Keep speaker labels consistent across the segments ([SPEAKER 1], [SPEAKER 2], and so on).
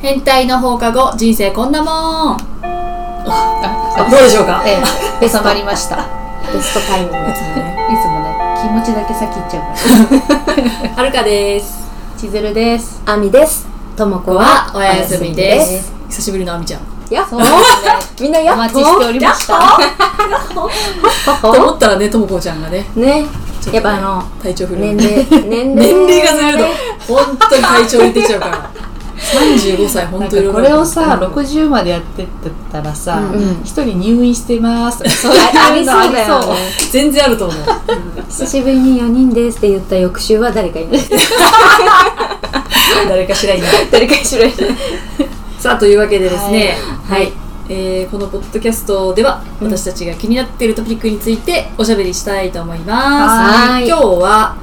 [SPEAKER 1] 変態の放課後人生こんなもん
[SPEAKER 2] あ
[SPEAKER 3] どうでしょうか
[SPEAKER 2] ええ、収まりました。い
[SPEAKER 3] ベストタイミングですね。
[SPEAKER 2] つもね、気持ちだけ先行っちゃう
[SPEAKER 1] は
[SPEAKER 2] か
[SPEAKER 1] るかです
[SPEAKER 2] ら。千鶴です。
[SPEAKER 3] あみです。ともこは
[SPEAKER 1] おやすみです久しぶりのあみちゃん
[SPEAKER 3] やっ
[SPEAKER 2] そ
[SPEAKER 3] ほ
[SPEAKER 2] うですね。
[SPEAKER 3] みんなや
[SPEAKER 2] お
[SPEAKER 3] っ
[SPEAKER 2] 待
[SPEAKER 3] ほ
[SPEAKER 2] ちしておりました。
[SPEAKER 1] と思ったらねともこちゃんがね
[SPEAKER 3] ね
[SPEAKER 1] ちょっとね
[SPEAKER 3] やっぱあの
[SPEAKER 1] 体調不良
[SPEAKER 3] 年齢年齢
[SPEAKER 1] 年齢がずれる と本当に体調浮いてきちゃうから35歳
[SPEAKER 2] な
[SPEAKER 1] 本
[SPEAKER 2] ん
[SPEAKER 1] 当に
[SPEAKER 2] かこれをさ、
[SPEAKER 1] うん
[SPEAKER 2] 60までやってったらさ
[SPEAKER 3] うん、
[SPEAKER 2] 一人入院してますと か。そう
[SPEAKER 3] あり
[SPEAKER 2] いうの
[SPEAKER 3] そうだよ
[SPEAKER 2] あり
[SPEAKER 3] ね
[SPEAKER 1] 全然あると思う
[SPEAKER 3] 久しぶりに4人ですって言った翌週は誰かいない
[SPEAKER 1] 誰かしらいない
[SPEAKER 3] 誰か一緒に
[SPEAKER 1] さあというわけでですねは、
[SPEAKER 3] はいい
[SPEAKER 1] えーこのポッドキャストでは
[SPEAKER 3] うん
[SPEAKER 1] 私たちが気になっているトピックについておしゃべりしたいと思います
[SPEAKER 3] はーい
[SPEAKER 1] 今日は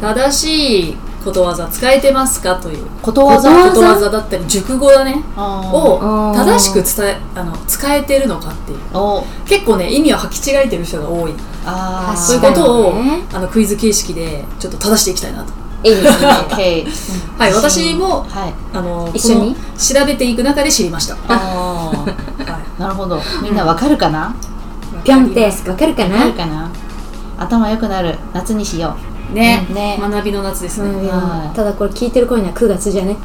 [SPEAKER 1] 正しいことわざ使えてますかという
[SPEAKER 2] ことわ
[SPEAKER 1] こと
[SPEAKER 2] ざ。
[SPEAKER 3] わざ
[SPEAKER 1] わざだったり熟語だね
[SPEAKER 2] お
[SPEAKER 1] を
[SPEAKER 3] あー
[SPEAKER 1] 正しく伝えあの使えてるのかっていう
[SPEAKER 2] お
[SPEAKER 1] 結構ね意味を履き違えてる人が多い
[SPEAKER 2] ああ。
[SPEAKER 1] そういうことを、
[SPEAKER 3] 確かにね
[SPEAKER 1] あのクイズ形式でちょっと正していきたいなと
[SPEAKER 3] いいですね
[SPEAKER 2] オッケー
[SPEAKER 1] はい私も
[SPEAKER 2] はい。
[SPEAKER 1] あの
[SPEAKER 3] 一緒に
[SPEAKER 1] この調べていく中で知りました、
[SPEAKER 2] あ
[SPEAKER 1] は
[SPEAKER 2] あ。なるほど。みんなわかるかな。
[SPEAKER 1] い、
[SPEAKER 3] ぴょんってわかるか
[SPEAKER 2] わか
[SPEAKER 3] な
[SPEAKER 2] るかな。頭良くなる夏にしよ
[SPEAKER 1] ね
[SPEAKER 2] う。ね。
[SPEAKER 1] 学びの夏ですね、
[SPEAKER 3] うん
[SPEAKER 2] はい
[SPEAKER 3] ただこれ聞いてる頃には9月じゃね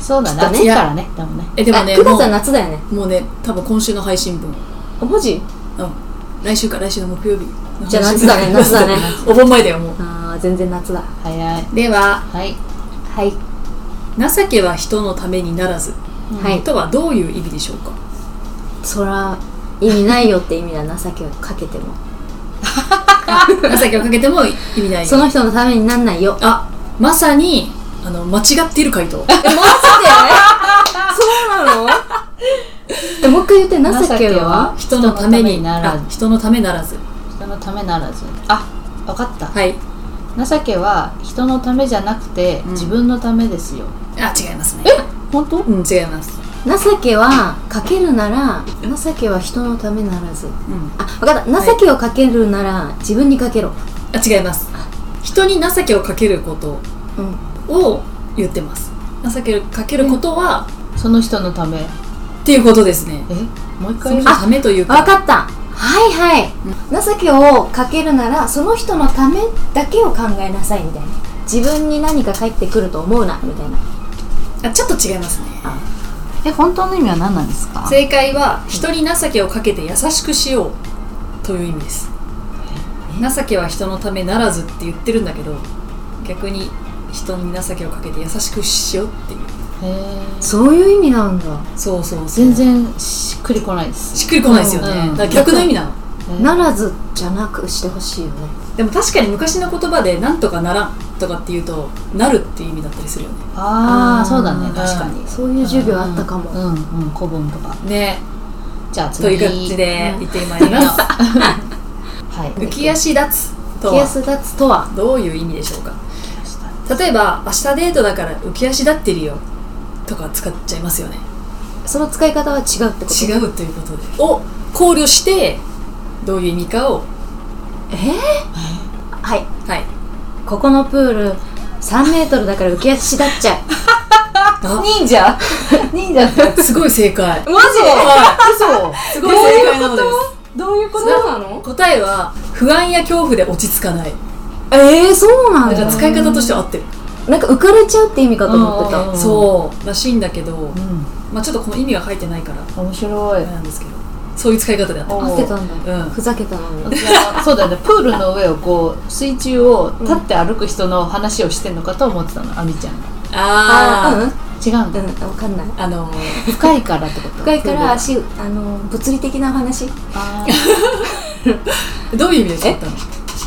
[SPEAKER 2] そうだね。
[SPEAKER 3] きっとね
[SPEAKER 2] 夏からね。でもね。
[SPEAKER 1] えでもね
[SPEAKER 3] あ9
[SPEAKER 1] も
[SPEAKER 3] 月は夏だよね
[SPEAKER 1] うもうね多分今週の配信分、うん、
[SPEAKER 3] あマジ
[SPEAKER 1] 来週か来週の木曜日の
[SPEAKER 3] じゃあ
[SPEAKER 1] 配
[SPEAKER 3] 夏
[SPEAKER 1] 信分
[SPEAKER 3] だ ね夏だね
[SPEAKER 1] お盆前だよも
[SPEAKER 3] あー全然夏だ
[SPEAKER 2] 早い。
[SPEAKER 1] うでは
[SPEAKER 2] はい。
[SPEAKER 3] はい
[SPEAKER 1] 情けは人のためにならず
[SPEAKER 3] はい
[SPEAKER 1] とはどういう意味でしょうか
[SPEAKER 3] そら意味ないよって意味だ情けをかけても
[SPEAKER 1] 情けをかけても意味ないよ
[SPEAKER 3] その人のためになんないよ
[SPEAKER 1] あまさにあの間違っている回答
[SPEAKER 3] えマジで そうなのえ もう一回言って情けは
[SPEAKER 1] 人のために
[SPEAKER 2] 人のためならず
[SPEAKER 1] あ人のためならず
[SPEAKER 2] 人のためならず。あ、わかった。
[SPEAKER 1] はい
[SPEAKER 2] 情けは人のためじゃなくて、
[SPEAKER 1] うん
[SPEAKER 2] 自分のためですよ。
[SPEAKER 1] あ違いますね
[SPEAKER 2] 本当？
[SPEAKER 1] うん違います、
[SPEAKER 3] 情けはかけるなら情けは人のためならず
[SPEAKER 1] うん、
[SPEAKER 3] あ分かった情けをかけるなら自分にかけろ
[SPEAKER 1] あ違います人に情けをかけること
[SPEAKER 3] うん
[SPEAKER 1] を言ってます情けをかけることは、
[SPEAKER 2] その人のため。
[SPEAKER 1] っていうことですね
[SPEAKER 2] え、もう一
[SPEAKER 1] その
[SPEAKER 2] 回
[SPEAKER 1] 人。のためというか
[SPEAKER 3] 分かったはいはい情けをかけるならその人のためだけを考えなさいみたいな自分に何か返ってくると思うなみたいな
[SPEAKER 1] あちょっと違いますね
[SPEAKER 2] え、本当の意味は何なんですか？
[SPEAKER 1] 正解は人に情けをかけて優しくしようという意味です情けは人のためならずって言ってるんだけど逆に人に情けをかけて優しくしようっていう
[SPEAKER 2] へー
[SPEAKER 3] そういう意味なんだ
[SPEAKER 1] そうそうそう
[SPEAKER 2] 全然しっくりこないです。
[SPEAKER 1] しっくりこないですよね、
[SPEAKER 2] うん
[SPEAKER 1] だから逆の意味なの
[SPEAKER 3] ならずじゃなくしてほしいよね
[SPEAKER 1] でも確かに昔の言葉で「なんとかならん」とかって言うと「なる」っていう意味だったりするよね
[SPEAKER 3] あ
[SPEAKER 2] あ
[SPEAKER 3] ー
[SPEAKER 2] あ、そうだね。
[SPEAKER 1] うん
[SPEAKER 2] 確かに。
[SPEAKER 3] そういう授業あったかも、
[SPEAKER 2] うんうん、古文とか。
[SPEAKER 1] ね
[SPEAKER 2] じゃあ次。
[SPEAKER 1] という感じで言ってまいり ます、
[SPEAKER 2] はい。
[SPEAKER 1] 浮き足立つと
[SPEAKER 3] 気
[SPEAKER 1] は
[SPEAKER 3] 安立つとは
[SPEAKER 1] どういう意味でしょうか例えば「明日デートだから浮き足立ってるよ」とか使っちゃいますよね
[SPEAKER 3] その使い方は違うってこと
[SPEAKER 1] 違うということでを考慮してどういう意味かを
[SPEAKER 3] はい
[SPEAKER 1] はい
[SPEAKER 3] ここのプール3メートルだから浮き足立っちゃう
[SPEAKER 1] あ
[SPEAKER 2] 忍者。忍者って。
[SPEAKER 1] すごい正解
[SPEAKER 3] マジ
[SPEAKER 1] は
[SPEAKER 2] そう。
[SPEAKER 1] いすごい正解なのです
[SPEAKER 3] どういうことなの
[SPEAKER 1] 答えは不安や恐怖で落ち着かない
[SPEAKER 3] えー、そうな
[SPEAKER 1] だ
[SPEAKER 3] ん
[SPEAKER 1] から
[SPEAKER 3] だ
[SPEAKER 1] 使い方としては合ってる
[SPEAKER 3] なんか浮かれちゃうって意味かと思って
[SPEAKER 2] うんうん
[SPEAKER 3] た
[SPEAKER 2] うん
[SPEAKER 1] そうらしいんだけど、
[SPEAKER 2] うん。
[SPEAKER 1] まあ、ちょっとこの意味が書いてないから
[SPEAKER 2] 面白
[SPEAKER 1] あ
[SPEAKER 2] い
[SPEAKER 1] れ。なんですけどそういう使い方であった
[SPEAKER 2] お
[SPEAKER 3] 合ってたんだ、
[SPEAKER 1] うん
[SPEAKER 3] ふざけたのに
[SPEAKER 2] いやそうだよねプールの上をこう水中を立って歩く人の話をしてんのかと思ってたの亜美ちゃんが
[SPEAKER 1] あ
[SPEAKER 3] あ
[SPEAKER 2] 違うん
[SPEAKER 3] ーう
[SPEAKER 2] だ
[SPEAKER 3] んうん分かんない
[SPEAKER 1] ああのー
[SPEAKER 2] 深いからってこと
[SPEAKER 3] 深いから足あの物理的な話
[SPEAKER 2] あー
[SPEAKER 1] どういう意味で使ったの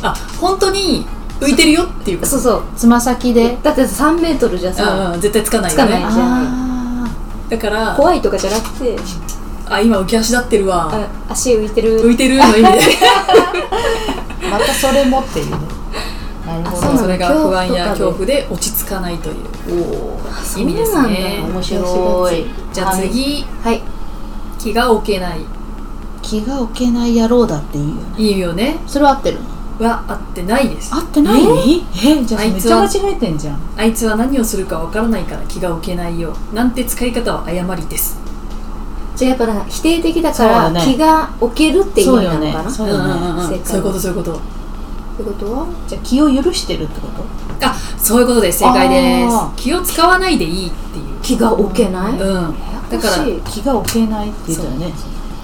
[SPEAKER 1] あ本当に浮いてるよっていうこと
[SPEAKER 3] そうそう
[SPEAKER 2] つま先で
[SPEAKER 3] だって3メートルじゃ
[SPEAKER 1] うん
[SPEAKER 3] さ、
[SPEAKER 1] うん、絶対つかないよ
[SPEAKER 3] つか
[SPEAKER 1] ね
[SPEAKER 3] ない
[SPEAKER 2] あ
[SPEAKER 1] だから
[SPEAKER 3] 怖いとかじゃなくて
[SPEAKER 1] あ今浮き足立ってるわ、
[SPEAKER 3] あ足浮いてる
[SPEAKER 1] 浮いてるの意味で
[SPEAKER 2] ーまたそれもっていうねなるほ
[SPEAKER 3] そう
[SPEAKER 2] ど
[SPEAKER 3] なの
[SPEAKER 1] それが不安や恐
[SPEAKER 3] 恐
[SPEAKER 1] 怖
[SPEAKER 3] 怖
[SPEAKER 1] で落ち着かないという
[SPEAKER 3] そう
[SPEAKER 1] 意味です
[SPEAKER 3] なんだ
[SPEAKER 1] ね
[SPEAKER 2] 面白い
[SPEAKER 1] じゃあ次、
[SPEAKER 3] はい
[SPEAKER 1] 気が置けない
[SPEAKER 2] 気が置けない野郎だっていいよね
[SPEAKER 1] いいよね
[SPEAKER 2] それは合ってるの
[SPEAKER 1] はあってないです
[SPEAKER 2] 合ってないえじゃあ
[SPEAKER 1] あい
[SPEAKER 2] めっ
[SPEAKER 1] つ
[SPEAKER 2] ちゃ
[SPEAKER 1] は
[SPEAKER 2] 間違えてんじゃん
[SPEAKER 1] あいつは何をするかわからないから気が置けないよなんて使い方は誤りです
[SPEAKER 3] じゃあやっぱなんか否定的だか
[SPEAKER 2] そうだ
[SPEAKER 3] ら
[SPEAKER 2] ね
[SPEAKER 3] 気が置けるっていう意
[SPEAKER 2] そう
[SPEAKER 3] 味
[SPEAKER 2] よ
[SPEAKER 3] なの
[SPEAKER 2] ね
[SPEAKER 3] かな。
[SPEAKER 2] そうよね
[SPEAKER 3] 正解
[SPEAKER 1] そういうことそういうこと
[SPEAKER 3] ってことは
[SPEAKER 2] じゃあ気を許してるってこと
[SPEAKER 1] あそういうことです正解で
[SPEAKER 2] あ
[SPEAKER 1] す気を使わないでいいっていう
[SPEAKER 3] 気が置けない。や
[SPEAKER 1] うん、
[SPEAKER 3] や
[SPEAKER 1] だ
[SPEAKER 3] こ
[SPEAKER 1] か
[SPEAKER 3] し
[SPEAKER 1] ら
[SPEAKER 3] い。
[SPEAKER 2] 気が置けないって言ったよね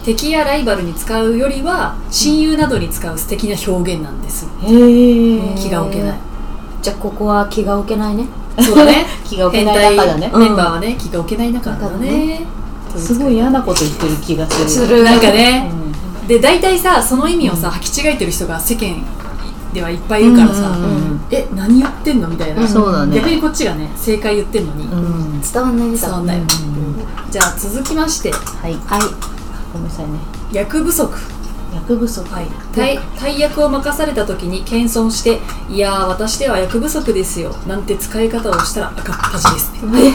[SPEAKER 1] 敵やライバルに使うよりは親友などに使う素敵な表現なんです
[SPEAKER 2] へえ
[SPEAKER 1] 気が置けない
[SPEAKER 3] じゃあここは気が置けないね。
[SPEAKER 1] そうだ ね
[SPEAKER 2] 気が置け
[SPEAKER 1] 変
[SPEAKER 2] ない
[SPEAKER 1] 態
[SPEAKER 2] 中だね
[SPEAKER 1] メンバーはね、気が置けない中だ
[SPEAKER 3] 中だ
[SPEAKER 1] ね
[SPEAKER 2] すごい嫌なこと言ってる気がする
[SPEAKER 3] する
[SPEAKER 1] なんか
[SPEAKER 2] う
[SPEAKER 1] ね、
[SPEAKER 2] ん
[SPEAKER 1] で大体さその意味をさ履き違えてる人が世間ではいっぱいいるからさ、
[SPEAKER 2] うんうん
[SPEAKER 1] え何言ってんのみたいな、
[SPEAKER 3] うんそうだ
[SPEAKER 1] 逆にこっちがね正解言ってんのに、
[SPEAKER 2] うん
[SPEAKER 3] 伝わんないみたい
[SPEAKER 1] そうだよ、じゃあ続きまして
[SPEAKER 2] はい
[SPEAKER 3] はい。
[SPEAKER 2] ごめんなさいね
[SPEAKER 1] 役不足
[SPEAKER 2] 薬不足
[SPEAKER 1] はい、大大役を任された時に謙遜して「いやー私では役不足ですよ」なんて使い方をしたら赤っ恥ですね、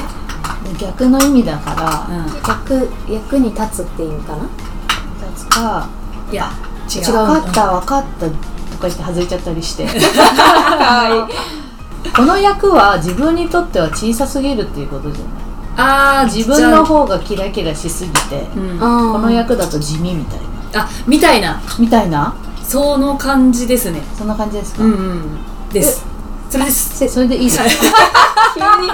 [SPEAKER 2] 逆の意味だから
[SPEAKER 1] う
[SPEAKER 3] 役役に立つっていうかな。
[SPEAKER 2] 立つか
[SPEAKER 1] ん、いや違う
[SPEAKER 2] 分かった分かったとか言って外れちゃったりしてこの役は自分にとっては小さすぎるっていうことじゃない
[SPEAKER 1] あー
[SPEAKER 2] 自分の方がキラキラしすぎて
[SPEAKER 1] うんあ
[SPEAKER 3] あー
[SPEAKER 2] この 役だと地味みたいな
[SPEAKER 1] みたいな
[SPEAKER 2] みたいな
[SPEAKER 1] その感じですね
[SPEAKER 2] そんな感じですか、
[SPEAKER 1] うんですそれです
[SPEAKER 2] せそれでいいですか
[SPEAKER 3] 急に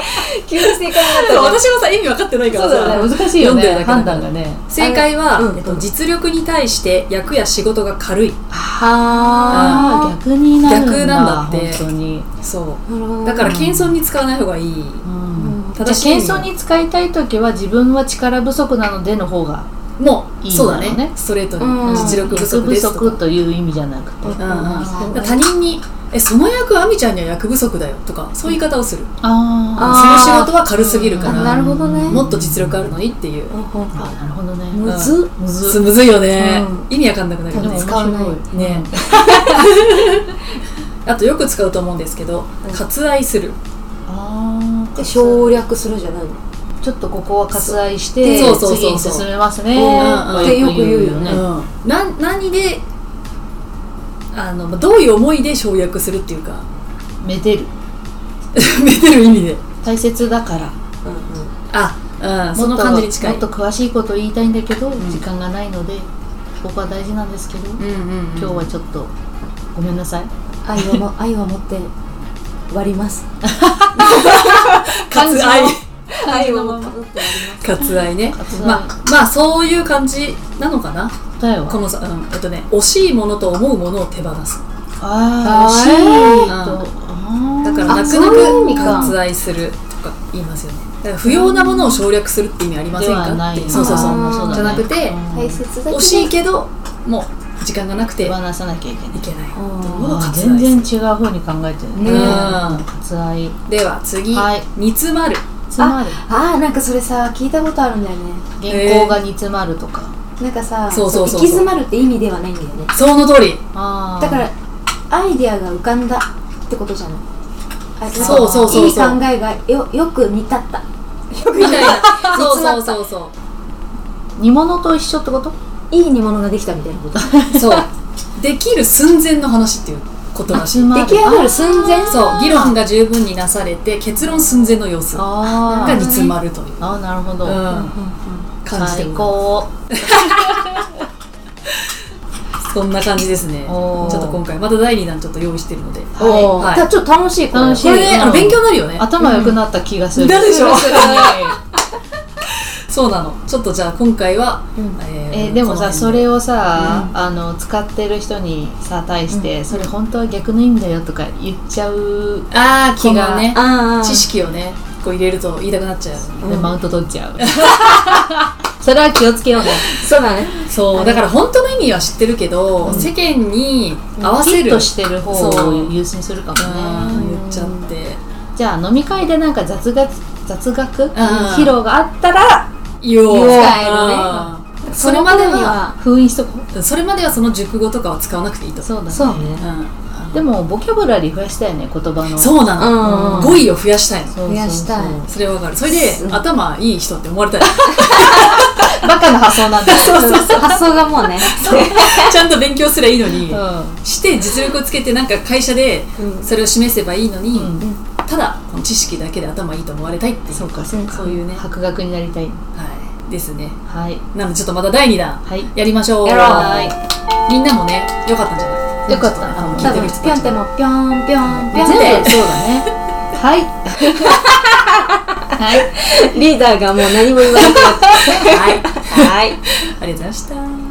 [SPEAKER 3] 正解にな
[SPEAKER 1] でも私もさ意味分かってないからさ
[SPEAKER 2] 難しいよ
[SPEAKER 1] 読んで
[SPEAKER 2] ね
[SPEAKER 1] るだけだ
[SPEAKER 2] 判
[SPEAKER 1] から
[SPEAKER 2] 断がね
[SPEAKER 1] 正解は、
[SPEAKER 3] うん
[SPEAKER 1] えっと、実力に対して役や仕事が軽い
[SPEAKER 2] あ
[SPEAKER 3] は
[SPEAKER 2] ー逆になるんだ
[SPEAKER 1] 逆なんだって
[SPEAKER 2] 本当に、
[SPEAKER 1] そ
[SPEAKER 3] あ。なるほど
[SPEAKER 1] うだから謙遜に使わない方がいい
[SPEAKER 3] うん
[SPEAKER 2] じゃあ
[SPEAKER 1] 正しい意味
[SPEAKER 2] 謙遜に使いたい時は自分は力不足なのでの方が
[SPEAKER 1] もう
[SPEAKER 2] いいんだ
[SPEAKER 1] そう
[SPEAKER 2] ろう
[SPEAKER 1] だ
[SPEAKER 2] ね
[SPEAKER 1] ねストレートに、
[SPEAKER 3] うん
[SPEAKER 1] 実力不足
[SPEAKER 2] 力不
[SPEAKER 1] ですとか
[SPEAKER 2] 足という意味じゃなくて、
[SPEAKER 1] うんうん
[SPEAKER 3] うん
[SPEAKER 1] だから他人に「えその役亜美ちゃんには役不足だよ」とかそういう言い方をする、そ
[SPEAKER 2] あ
[SPEAKER 3] あ
[SPEAKER 1] の仕事は軽すぎるか
[SPEAKER 3] あ
[SPEAKER 1] ら
[SPEAKER 3] なるほどね。
[SPEAKER 1] もっと実力あるのにっていう
[SPEAKER 3] うんうんうん
[SPEAKER 2] あなるほどね
[SPEAKER 3] むず
[SPEAKER 2] む
[SPEAKER 1] す
[SPEAKER 2] ず
[SPEAKER 1] むずいよね、
[SPEAKER 3] う
[SPEAKER 1] 意味わかんなくなるよ
[SPEAKER 3] でも
[SPEAKER 1] ね
[SPEAKER 3] 使わない
[SPEAKER 1] ね あとよく使うと思うんですけど「
[SPEAKER 3] うん
[SPEAKER 1] 割愛する
[SPEAKER 2] あ
[SPEAKER 3] で省略するじゃないの。
[SPEAKER 2] ちょっとここは割愛して
[SPEAKER 1] そうそう
[SPEAKER 2] 次
[SPEAKER 1] そう
[SPEAKER 2] に
[SPEAKER 1] そう
[SPEAKER 2] 進めますね
[SPEAKER 1] うんうん
[SPEAKER 2] と
[SPEAKER 3] う」
[SPEAKER 1] な何であのまあどういう思いで省略するっていうか
[SPEAKER 2] めでる
[SPEAKER 1] 見てる意味で
[SPEAKER 2] 大切だか
[SPEAKER 3] う
[SPEAKER 2] ら
[SPEAKER 3] んうん。
[SPEAKER 1] あ、うん、そ
[SPEAKER 2] も
[SPEAKER 1] の
[SPEAKER 2] っと
[SPEAKER 1] 感じに近い
[SPEAKER 2] もっと詳しいこと言いたいんだけど、
[SPEAKER 1] ん
[SPEAKER 2] 時間がないのでここは大事なんですけど、
[SPEAKER 1] うんうんうん、
[SPEAKER 2] 今日はちょっとごめんなさい
[SPEAKER 3] 愛をも愛を持って割ります。
[SPEAKER 1] 割愛
[SPEAKER 3] 愛を持って割ります。
[SPEAKER 1] 割愛ね
[SPEAKER 2] 割愛
[SPEAKER 1] まあまあそういう感じなのかな
[SPEAKER 2] 答えは
[SPEAKER 1] このさ、うん、えっとね惜しいものと思うものを手放す
[SPEAKER 2] あー
[SPEAKER 3] あー
[SPEAKER 2] 惜しいとあー
[SPEAKER 1] だから
[SPEAKER 3] あ
[SPEAKER 1] 泣く
[SPEAKER 3] そういう
[SPEAKER 1] 泣
[SPEAKER 3] 意味
[SPEAKER 1] く
[SPEAKER 3] か
[SPEAKER 1] 割愛するとか言いますよねだから不要なものを省略するって意味ありませ
[SPEAKER 2] で
[SPEAKER 1] ん
[SPEAKER 2] は
[SPEAKER 1] か
[SPEAKER 2] な
[SPEAKER 1] って
[SPEAKER 2] い
[SPEAKER 1] いうそうそうそう
[SPEAKER 3] あー
[SPEAKER 1] じゃなくて
[SPEAKER 3] 大切だけど
[SPEAKER 1] 惜しいけどもう時間がなくてい
[SPEAKER 2] 手
[SPEAKER 1] け
[SPEAKER 2] 放
[SPEAKER 1] ない
[SPEAKER 2] さなきゃいけない
[SPEAKER 3] ー
[SPEAKER 1] ものを割
[SPEAKER 2] 全
[SPEAKER 1] 愛
[SPEAKER 2] 然
[SPEAKER 1] する
[SPEAKER 2] 違う方に考えてる
[SPEAKER 1] ね
[SPEAKER 2] ね
[SPEAKER 1] え
[SPEAKER 2] 割愛
[SPEAKER 1] では次、
[SPEAKER 2] はい
[SPEAKER 1] 煮詰まる
[SPEAKER 2] つまる
[SPEAKER 3] ああなんかそれさ聞いたことあるんだよね
[SPEAKER 2] 原稿が煮詰まるとか、
[SPEAKER 3] なんかさ
[SPEAKER 1] そうそうそうそう
[SPEAKER 3] 行き詰まるって意味ではないんだよね
[SPEAKER 1] その通り
[SPEAKER 2] あー
[SPEAKER 3] だからアイディアが浮かんだってことじゃないあなんか
[SPEAKER 1] そうそうそうそう
[SPEAKER 3] いい考えがよよく煮立った
[SPEAKER 1] みたいなそうそうそうそ
[SPEAKER 2] 煮物と一緒ってこと
[SPEAKER 3] いい煮物ができたみたいな こと
[SPEAKER 1] うそうできる寸前の話っていうことらしい
[SPEAKER 2] あ
[SPEAKER 3] 出来上がる寸前
[SPEAKER 1] そう議論が十分になされて結論寸前の様子が
[SPEAKER 2] あ
[SPEAKER 1] 煮
[SPEAKER 2] ー
[SPEAKER 1] 詰まるという、
[SPEAKER 2] あーなるほど、
[SPEAKER 1] うん、感じで
[SPEAKER 2] 最
[SPEAKER 1] ございます
[SPEAKER 2] 高
[SPEAKER 1] そんな感じですね。ちょ
[SPEAKER 2] お
[SPEAKER 1] っ
[SPEAKER 2] ー
[SPEAKER 1] と今回また第2弾ちょっと用意してるので。こ
[SPEAKER 2] はい
[SPEAKER 3] おー
[SPEAKER 1] はい
[SPEAKER 3] たちょっと楽しいこれ
[SPEAKER 2] 楽しい
[SPEAKER 1] れね、あの勉強になるよね。
[SPEAKER 2] 頭良くなった気がする、
[SPEAKER 1] うんだでしょ
[SPEAKER 2] 確か
[SPEAKER 1] そうなの。ちょっとじゃあ今回は、
[SPEAKER 3] うん
[SPEAKER 1] え
[SPEAKER 2] に えでもさそれ
[SPEAKER 1] を
[SPEAKER 2] をさ、あの使ってる人にさ対して、それ本当は逆の意味だよとか言っちゃう、
[SPEAKER 1] ああ気が
[SPEAKER 2] この
[SPEAKER 1] ね
[SPEAKER 2] ね、
[SPEAKER 3] ああ
[SPEAKER 1] 知識をねこう入れると言いたくなっちゃうよね。
[SPEAKER 2] でマウント取っちゃうそれは気をつけようね
[SPEAKER 3] そうだね
[SPEAKER 1] そうだから本当の意味は知ってるけど、世間に合わせ
[SPEAKER 2] ヒッ
[SPEAKER 1] る。
[SPEAKER 2] トしてる方を優先するかも
[SPEAKER 1] うん
[SPEAKER 2] ね
[SPEAKER 1] 言っちゃって
[SPEAKER 2] じゃあ飲み会でなんか雑学雑学披露があったら
[SPEAKER 1] 言おう。
[SPEAKER 3] 言おう使えるね
[SPEAKER 1] ね。それまで
[SPEAKER 3] その頃に
[SPEAKER 1] は
[SPEAKER 3] は
[SPEAKER 2] 封印しとこ
[SPEAKER 1] それまではその熟語とかは使わなくていいと。
[SPEAKER 2] うそうだね
[SPEAKER 3] そうね
[SPEAKER 1] うん
[SPEAKER 2] でもボキャブラリー増やしたよね言葉の
[SPEAKER 1] そうなの。
[SPEAKER 3] うん
[SPEAKER 1] 語彙を増やしたいの。
[SPEAKER 2] そうそうそう
[SPEAKER 3] 増やしたい
[SPEAKER 1] それはわかる。それで
[SPEAKER 3] うん
[SPEAKER 1] 頭いい人って思われたい。
[SPEAKER 2] バカな発想なんだ
[SPEAKER 1] そうそうそう
[SPEAKER 3] 発想がもうね
[SPEAKER 1] ちゃんと勉強すりゃいいのに、
[SPEAKER 2] うん
[SPEAKER 1] して実力をつけてなんか会社で
[SPEAKER 3] うん
[SPEAKER 1] それを示せばいいのに、
[SPEAKER 2] うん
[SPEAKER 1] ただ知識だけで頭いいと思われたいっていう
[SPEAKER 2] そうかそうか
[SPEAKER 1] そういうね、
[SPEAKER 2] 博学になりたい
[SPEAKER 1] はい、ですね
[SPEAKER 2] はい
[SPEAKER 1] なのでちょっとまた第2弾
[SPEAKER 2] はい
[SPEAKER 1] やりましょう
[SPEAKER 3] やろう
[SPEAKER 1] みんなもねよかったんじゃない
[SPEAKER 2] よかった
[SPEAKER 1] あの聞
[SPEAKER 3] 多
[SPEAKER 1] いて
[SPEAKER 3] 分
[SPEAKER 1] る
[SPEAKER 3] ピ
[SPEAKER 1] 人
[SPEAKER 3] ョン
[SPEAKER 1] た
[SPEAKER 3] って
[SPEAKER 1] ちも
[SPEAKER 3] もピョンピョンピョン
[SPEAKER 2] 全部
[SPEAKER 3] っ
[SPEAKER 2] そうだねはいはい
[SPEAKER 3] てリーダーがもう何も言わなくなっ
[SPEAKER 1] はい
[SPEAKER 3] たはい
[SPEAKER 1] ありがとうございました